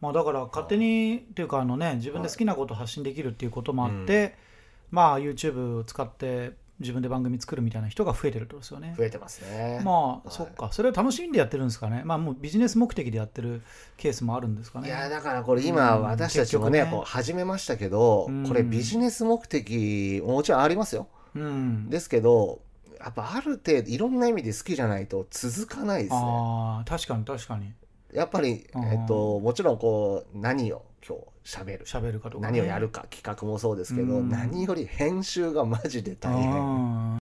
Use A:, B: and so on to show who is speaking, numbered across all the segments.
A: まあ、だから勝手にっていうかあの、ね、自分で好きなことを発信できるっていうこともあって、まあ、YouTube を使って自分で番組作るみたいな人が増えてるってことですよね。
B: 増えてますね。
A: ま
B: い
A: あ、そっかそれは楽しんでやってるんですかね、まあ、もうビジネス目的でやってるケースもあるんですかね。
B: いやだからこれ今
A: うん
B: 私たちもね
A: 結局ね
B: こう始めましたけど
A: うん
B: これビジネス目的もちろんありますよ
A: うん、
B: ですけどやっぱある程度いろんな意味で好きじゃないと続かないですね
A: ああ確かに確かに
B: やっぱり
A: うん
B: えっともちろんこう何を今日喋る
A: 喋るかとかね、
B: 何をやるか企画もそうですけど
A: うん
B: 何より編集がマジで大変
A: あ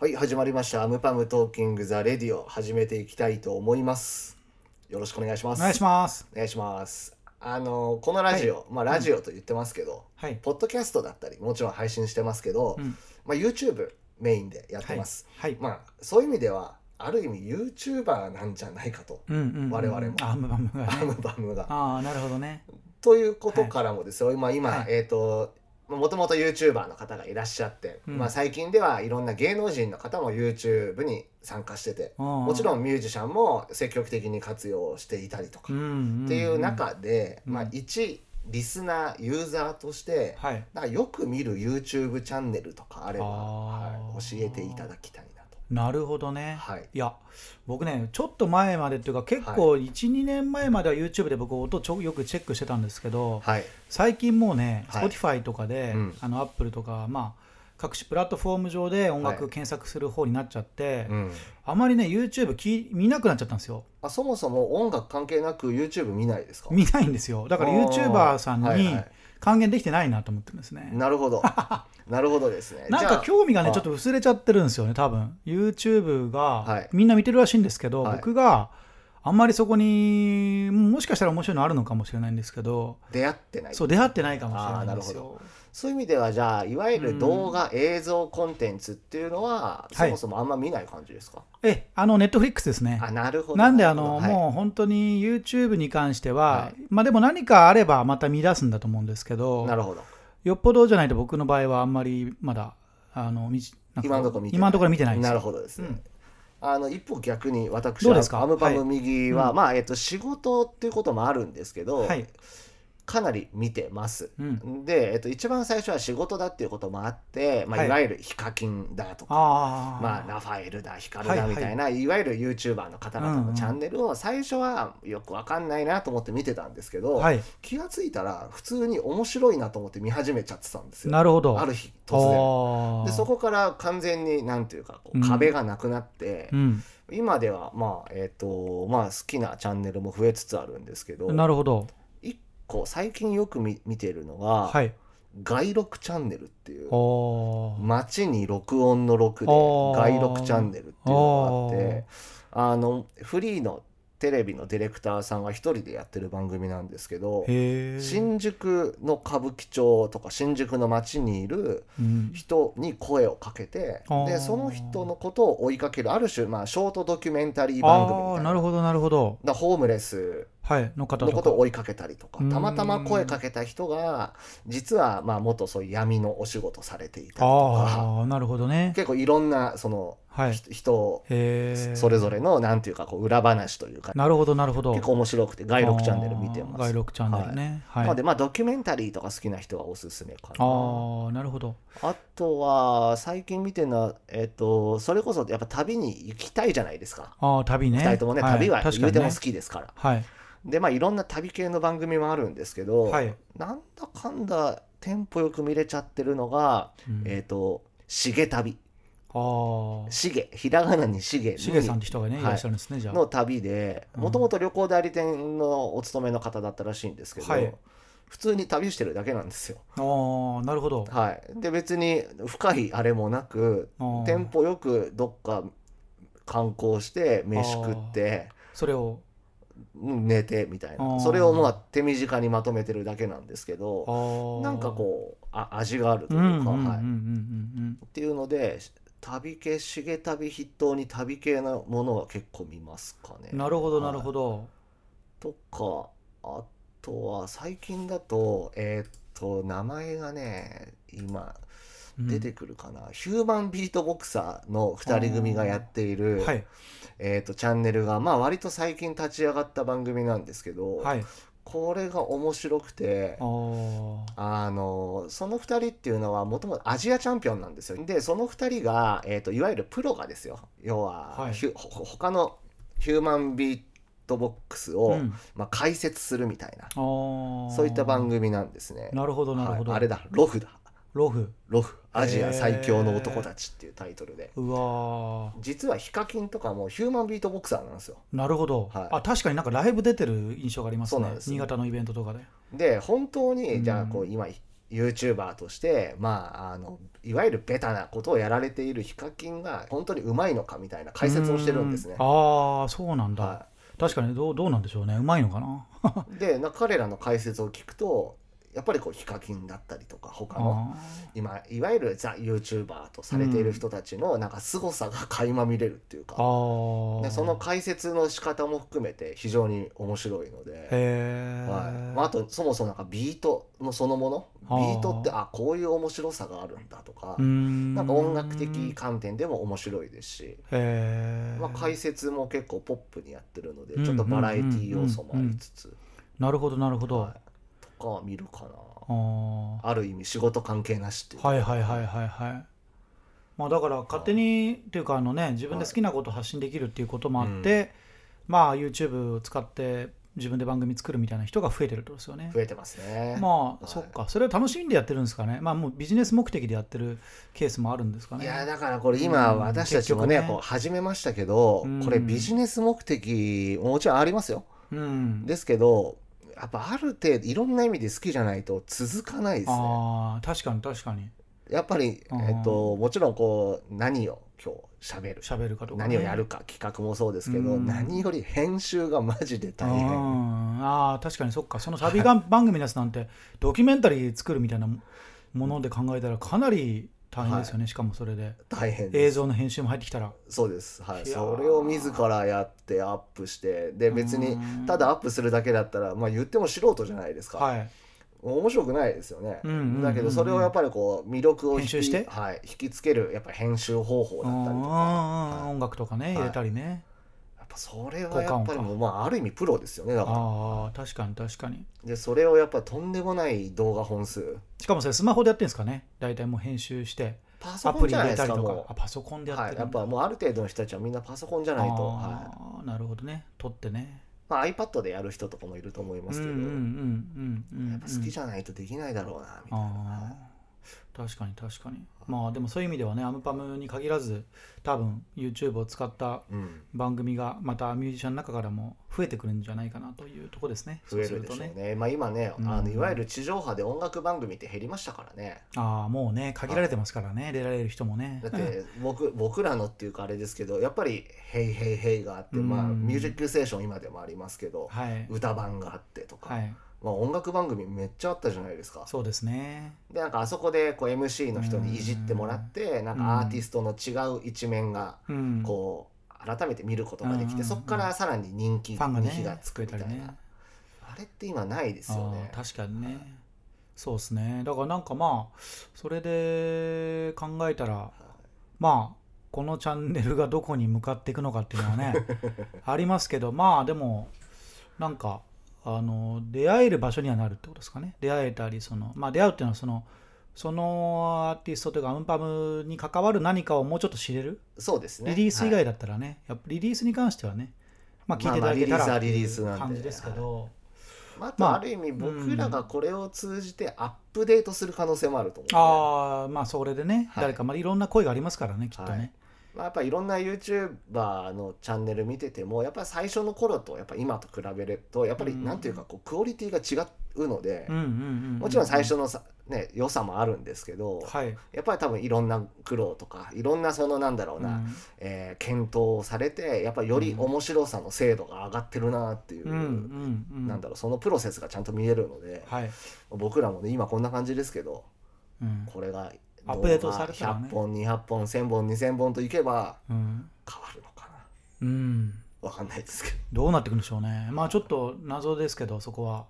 B: はい始まりました「アムパムトーキングザレディオ」始めていきたいと思いますよろしくお願いしま
A: ーお
B: す
A: 願いします
B: お願いしますあのこのラジオ、まあラジオと言ってますけど、
A: はい、
B: ポッドキャストだったりもちろん配信してますけど、
A: うん
B: まあ、YouTube メインでやってます、
A: はい
B: まあそういう意味ではある意味 YouTuber なんじゃないかと、
A: うんうんうん
B: 我々も
A: あムバムがね
B: アムバムが。
A: ああなるほどね
B: ということからもですよ、まあ今、
A: はい
B: えっ、ともともと YouTuber の方がいらっしゃって、
A: うん
B: まあ、最近ではいろんな芸能人の方も YouTube に参加してて、
A: も
B: もちろ
A: ん、
B: んミュージシャンも積極的に活用していたりとか、
A: うんうんん
B: っていう中で、
A: うん
B: まあ、一リスナーユーザーとして、
A: はい
B: なんかよく見る YouTube チャンネルとかあれば、
A: あー
B: はい教えていただきたいなと。
A: なるほどね、
B: はい。
A: いや僕ねちょっと前までっていうか結構12、年前までは YouTube で僕音ちょよくチェックしてたんですけど
B: はい。
A: 最近もうね、
B: はい
A: Spotify とかで、
B: うん
A: あの Apple とかまあ各種プラットフォーム上で音楽
B: はい
A: 検索する方になっちゃって、
B: うん
A: あまりね YouTube き見なくなっちゃったんですよ
B: あそもそも音楽関係なく YouTube 見ないですか
A: 見ないんですよだから
B: あー
A: YouTuber さん
B: はい
A: に
B: はい
A: 還元できてないなと思ってるんですね、
B: な るほど。なるほどですね。
A: なん
B: じゃ
A: か
B: あ
A: 興味がね
B: あ
A: ちょっと薄れちゃってるんですよね多分 YouTube
B: は
A: が
B: い
A: みんな見てるらしいんですけど、
B: はい
A: 僕があんまりそこにもしかしたら面白いのあるのかもしれないんですけど、
B: 出会ってない。
A: そ
B: そう
A: 出会ってないかもしれないんです
B: あーな
A: よ
B: ういう意味では、じゃあ、いわゆ
A: う
B: る
A: ん
B: 動画、映像コンテンツっていうのは、そ
A: はい
B: もそもあんま見ない感じですか、
A: えあの Netflix ですね
B: あ、なるほど。
A: なんであの、
B: はい
A: もう本当に YouTube に関しては、
B: はい
A: まあでも何かあればまた見出すんだと思うんですけど
B: なるほど。
A: よっぽどじゃないと僕の場合はあんまりまだあのみなんか
B: 今のところ見てない
A: 今のところ見てないんです
B: な
A: よ
B: るほどですね。
A: うん
B: あの一方逆に私
A: どうですか
B: アムパム右は、
A: はいうん
B: まあえっと仕事っていうこともあるんですけど、
A: はい
B: かなり見てます。
A: うん、
B: で、えっと、一番最初は仕事だっていうこともあって、まあ、
A: はい
B: いわゆるヒカキンだとか、
A: ああ
B: まあ、ラファエルだヒカルだ
A: はい
B: みたいな、いわゆる YouTuber の方々
A: うんう
B: の
A: ん
B: チャンネルを最初はよくわかんないなと思って見てたんですけど、
A: はい
B: 気がついたら普通に面白いなと思って見始めちゃってたんですよ。
A: なるほど
B: ある日突然。
A: 然
B: でそこから完全になんていうかこ
A: う
B: うん壁がなくなって、
A: うん、
B: 今ではまあえっ、とまあ好きなチャンネルも増えつつあるんですけど
A: なるほど
B: 一個最近よく見見てるのが、
A: はい
B: 外録チャンネルっていう
A: おー
B: 街に録音の録で
A: おー
B: 外録チャンネルっていうのがあってあのフリーのテレビのディレクターさんが一人でやってる番組なんですけど
A: へえ
B: 新宿の歌舞伎町とか新宿の街にいる
A: うん
B: 人に声をかけて
A: あー
B: でその人のことを追いかけるある種、まあ、ショートドキュメンタリー番組み
A: ああ
B: たい
A: な
B: な
A: るほどなるほど
B: だホームレス
A: はいの方
B: の
A: と
B: こ
A: か
B: とを追いかけたりとか
A: うん
B: たまたま声かけた人が実はまあ元そういう闇のお仕事されていたりとか
A: ああなるほどね
B: 結構いろんなその
A: はい
B: ひ人を
A: へえ
B: それぞれのなんていうかこう裏話というか
A: なるほどなるほど
B: 結構面白くて外録チャンネル見てま
A: 外
B: す。
A: 録チャンネルねは、
B: ないのでまあドキュメンタリーとか好きな人はおすすめかな。
A: ああなるほど
B: あとは最近見てるのは、えっとそれこそやっぱ旅に行きたいじゃないですか、
A: ああ旅ね
B: 二人ともね、旅は言うても好きですから
A: はい
B: でまあいろんな旅系の番組もあるんですけど、
A: はい、
B: なんだかんだテンポよく見れちゃってるのが
A: うん
B: えっ、と「しげ旅」
A: あ
B: 「
A: あ
B: しげ」ひらがなにしげに
A: しげさんって人がね、
B: はい
A: い、らっしゃるんですねじゃあ
B: の旅で
A: うん
B: もともと旅行代理店のお勤めの方だったらしいんですけど、
A: はい
B: 普通に旅してるだけなんですよ。
A: ああなるほど
B: はい、で別に深いあれもなく
A: あー
B: テンポよくどっか観光して飯食って
A: それを
B: うん寝てみたい
A: あ
B: な
A: ー
B: それをまあ手短にまとめてるだけなんですけ
A: あ
B: ど
A: あ
B: なんかこうあ味がある
A: う
B: とい
A: んうんうん
B: う
A: う
B: か、
A: んうんう
B: はい、っ
A: ん
B: ていうので旅系しげ旅筆頭に旅系のものは結構見ますかね。
A: なるほどなるほ
B: ど
A: ど
B: とかあとは最近だとえーっと名前がね今出てくるかな、ヒューマンビートボクサーの2人組がやっている、
A: はい
B: えー、とチャンネルが、まあ、割と最近立ち上がった番組なんですけど、
A: はい
B: これが面白くて
A: あー
B: あのその2人っていうのはもともとアジアチャンピオンなんですよでその2人が、えー、といわゆるプロがですよ要は、
A: はい
B: ひゅほほ他のヒューマンビートボックスを、
A: うん
B: まあ、解説するみたいな
A: あー
B: そういった番組なんですね。
A: なるほどなるほど、
B: はいあれだロフだ
A: ロフ
B: ロフアジア最強の男たちっていうタイトルで、
A: うわー
B: 実はヒカキンとかもヒューマンビートボクサーなんですよ
A: なるほど、
B: はい
A: あ確かになんかライブ出てる印象があります
B: そう
A: ね
B: なんですよ
A: 新潟のイベントとかで
B: で本当
A: うん
B: にじゃあこう今 YouTuber としてまああのいわゆるベタなことをやられているヒカキンが本当にうまいのかみたいな解説をしてるんですね
A: う。ーんああそうなんだ、
B: は、
A: 確かにどうどうなんでしょうねうまいのかない
B: でな彼らの解説を聞くとやっぱりこうヒカキンだったりとか他の
A: あー
B: 今いわゆるザ・ YouTuber とされている人たちのなんか凄さが垣間見れるっていう
A: あ
B: か、
A: ー
B: でその解説の仕方も含めて非常に面白いので。
A: へえ、
B: はいまあ、あとそもそもなんかビートのそのものビ
A: あー
B: ートってあこういう面白さがあるんだとか
A: うーん
B: なんか音楽的観点でも面白いですし、
A: へえ、
B: まあ、解説も結構ポップにやってるので
A: うん
B: ちょっとバラエティ要素もありつつ
A: なるほどなるほど、
B: はいとかは見るか
A: あー
B: なある意味仕事関係なしっていうか
A: はいはいはいはいはいまあだから勝手にっていうかあのね自分で好きなことを発信できるっていうこともあって、まあ YouTube を使って自分で番組作るみたいな人が増えてるってことですよね
B: 増えてますね。
A: まあ、
B: はい
A: そっかそれは楽しんでやってるんですかねまあもうビジネス目的でやってるケースもあるんですかね
B: いやだからこれ今
A: うん
B: 私たちもね
A: 結局ね
B: こう始めましたけど
A: うん
B: これビジネス目的もちろんありますよ
A: うん
B: ですけどやっぱある程度いろんな意味で好きじゃないと続かないですね。
A: ああ確かに確かに
B: やっぱり、
A: うん
B: えっと、もちろんこう何を今日喋る
A: 喋るかとか、ね、
B: 何をやるか企画もそうですけど、
A: うん
B: 何より編集がマジで大
A: う
B: 変
A: んああ確かにそっかその旅が番組のやつなんてドキュメンタリー作るみたいなもので考えたらかなり大変ですよね、しかもそれで
B: 大変で
A: 映
B: す
A: 像の編集も入ってきたら
B: そうですはい
A: いやー
B: それを自らやってアップしてで別に
A: うん
B: ただアップするだけだったらまあ言っても素人じゃないですか、
A: はい
B: 面白くないですよね、
A: うんうんうんうん
B: だけどそれをやっぱりこう魅力を引き
A: 編集して
B: はい、引きつけるやっぱ編集方法だったりとか
A: あー
B: はい
A: 音楽とかね
B: い
A: 入れたりね、
B: やっぱそれはやっぱりもうまあある意味プロですよねだから
A: ああ確かに確かに
B: でそれをやっぱとんでもない動画本数
A: しかもそれスマホでやってるんですかね大体もう編集して
B: パソ
A: ア
B: コ
A: プ
B: ン
A: リ
B: じゃ
A: 入
B: な
A: れ
B: いで
A: た
B: す
A: り
B: か
A: とか
B: も
A: あパソコン
B: う
A: でやって
B: は
A: る
B: い、
A: んだ
B: やっぱもうある程度の人たちはみんなパソコンじゃないと、は
A: あーなるほどね撮ってね
B: いまあ、iPad でやる人とかもいると思いますけど、
A: うんうんうんうんうん
B: やっぱ好きじゃないとできないだろうなみたいな、
A: あー確かに確かにまあでもそういう意味ではねアムパムに限らず多分 YouTube を使った
B: うん、
A: 番組がまたミュージシャンの中からも増えてくるんじゃないかなというとこですね
B: 増えるでしょう
A: そうす
B: ね
A: ると
B: まあ、今ね、あ
A: うん
B: のいわゆる地上波で音楽番組って減りましたからね
A: ああもうね限られてますからね出られる人もね
B: だって僕僕らのっていうかあれですけどやっぱり「ヘイヘイヘイ」があって、まあ
A: うん
B: ミュージックステーション今でもありますけど、
A: はい
B: 歌番があってとか、
A: はい
B: まあ、音楽番組めっちゃあったじゃないですか
A: そうですね
B: でなんかあそこでこう MC の人にいじってもらってなんかアーティストの違う一面が
A: うん
B: こう改めて見ることができ
A: うん
B: てそこからさらに人気
A: ファンが
B: に
A: ね
B: 火がつく
A: 作
B: み
A: れ
B: た
A: た
B: い
A: りね
B: なあれって今ないですよね
A: あー確かにねそうですねだからなんかまあそれで考えたらまあこのチャンネルがどこに向かっていくのかっていうのは ねありますけどまあでもなんかあの出会える場所にはなるってことですかね出会えたりそのまあ出会うっていうのはそのそのアーティストというかウンパムに関わる何かをもうちょっと知れる
B: そうですね
A: リリース以
B: はい
A: 外だったらね、やっぱリリースに関してはねまあ聞いていただけた
B: まあま
A: ら
B: あリリースはリリースなんで
A: 感じですけど、
B: まあ
A: ま
B: あと
A: あ
B: ある意味僕らがこれを通じてアップデートする可能性もあると思うので
A: ああまあそれでね、
B: はい
A: 誰かまあいろんな声がありますからねきっとね、
B: はいまあやっぱいろんな YouTuber のチャンネル見ててもやっぱ最初の頃とやっぱ今と比べるとやっぱり
A: うん
B: なんていうかこうクオリティが違うので
A: うんうんうんうん
B: もちろん最初のさね良さもあるんですけど
A: はい、
B: やっぱり多分いろんな苦労とかいろんなそのなんだろうな、
A: うん
B: えー検討をされてやっぱりより面白さの精度が上がってるなってい
A: う
B: う、
A: んうんうん
B: なんだろうそのプロセスがちゃんと見えるので、
A: はい、
B: 僕らもね今こんな感じですけど
A: うん
B: これが
A: アップデートされたらね
B: 100本200本1000本2000本といけば
A: うん
B: 変わるのかな
A: うん、
B: わかんないですけど
A: どうなってくるんでしょうねまあちょっと謎ですけどそこは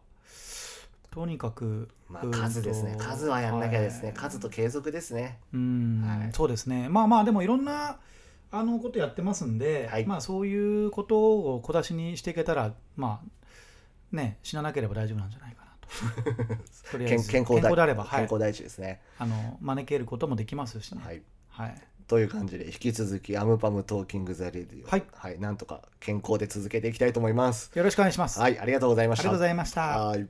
A: とにかく、
B: まあ数ですね
A: うんと
B: 数はやんなきゃですね
A: はい
B: 数と継続ですね
A: うん、
B: はい
A: そうですねまあまあでもいろんなあのことやってますんで、
B: はい
A: まあそういうことを小出しにしていけたらまあね死ななければ大丈夫なんじゃないかな ととりあえ
B: 健
A: ず
B: 健康
A: 健
B: 第
A: 康
B: 一
A: であれば、は
B: 健
A: い、
B: 康第一ですね
A: あの招けることもできますしね
B: はい
A: はい、
B: という感じで引き続きアムパムトーキングザレディを
A: はい
B: はい、なんとか健康で続けていきたいと思います
A: よろしくお願いします、
B: はいありがとうございま
A: あ
B: し
A: り
B: た
A: がとうございました
B: はい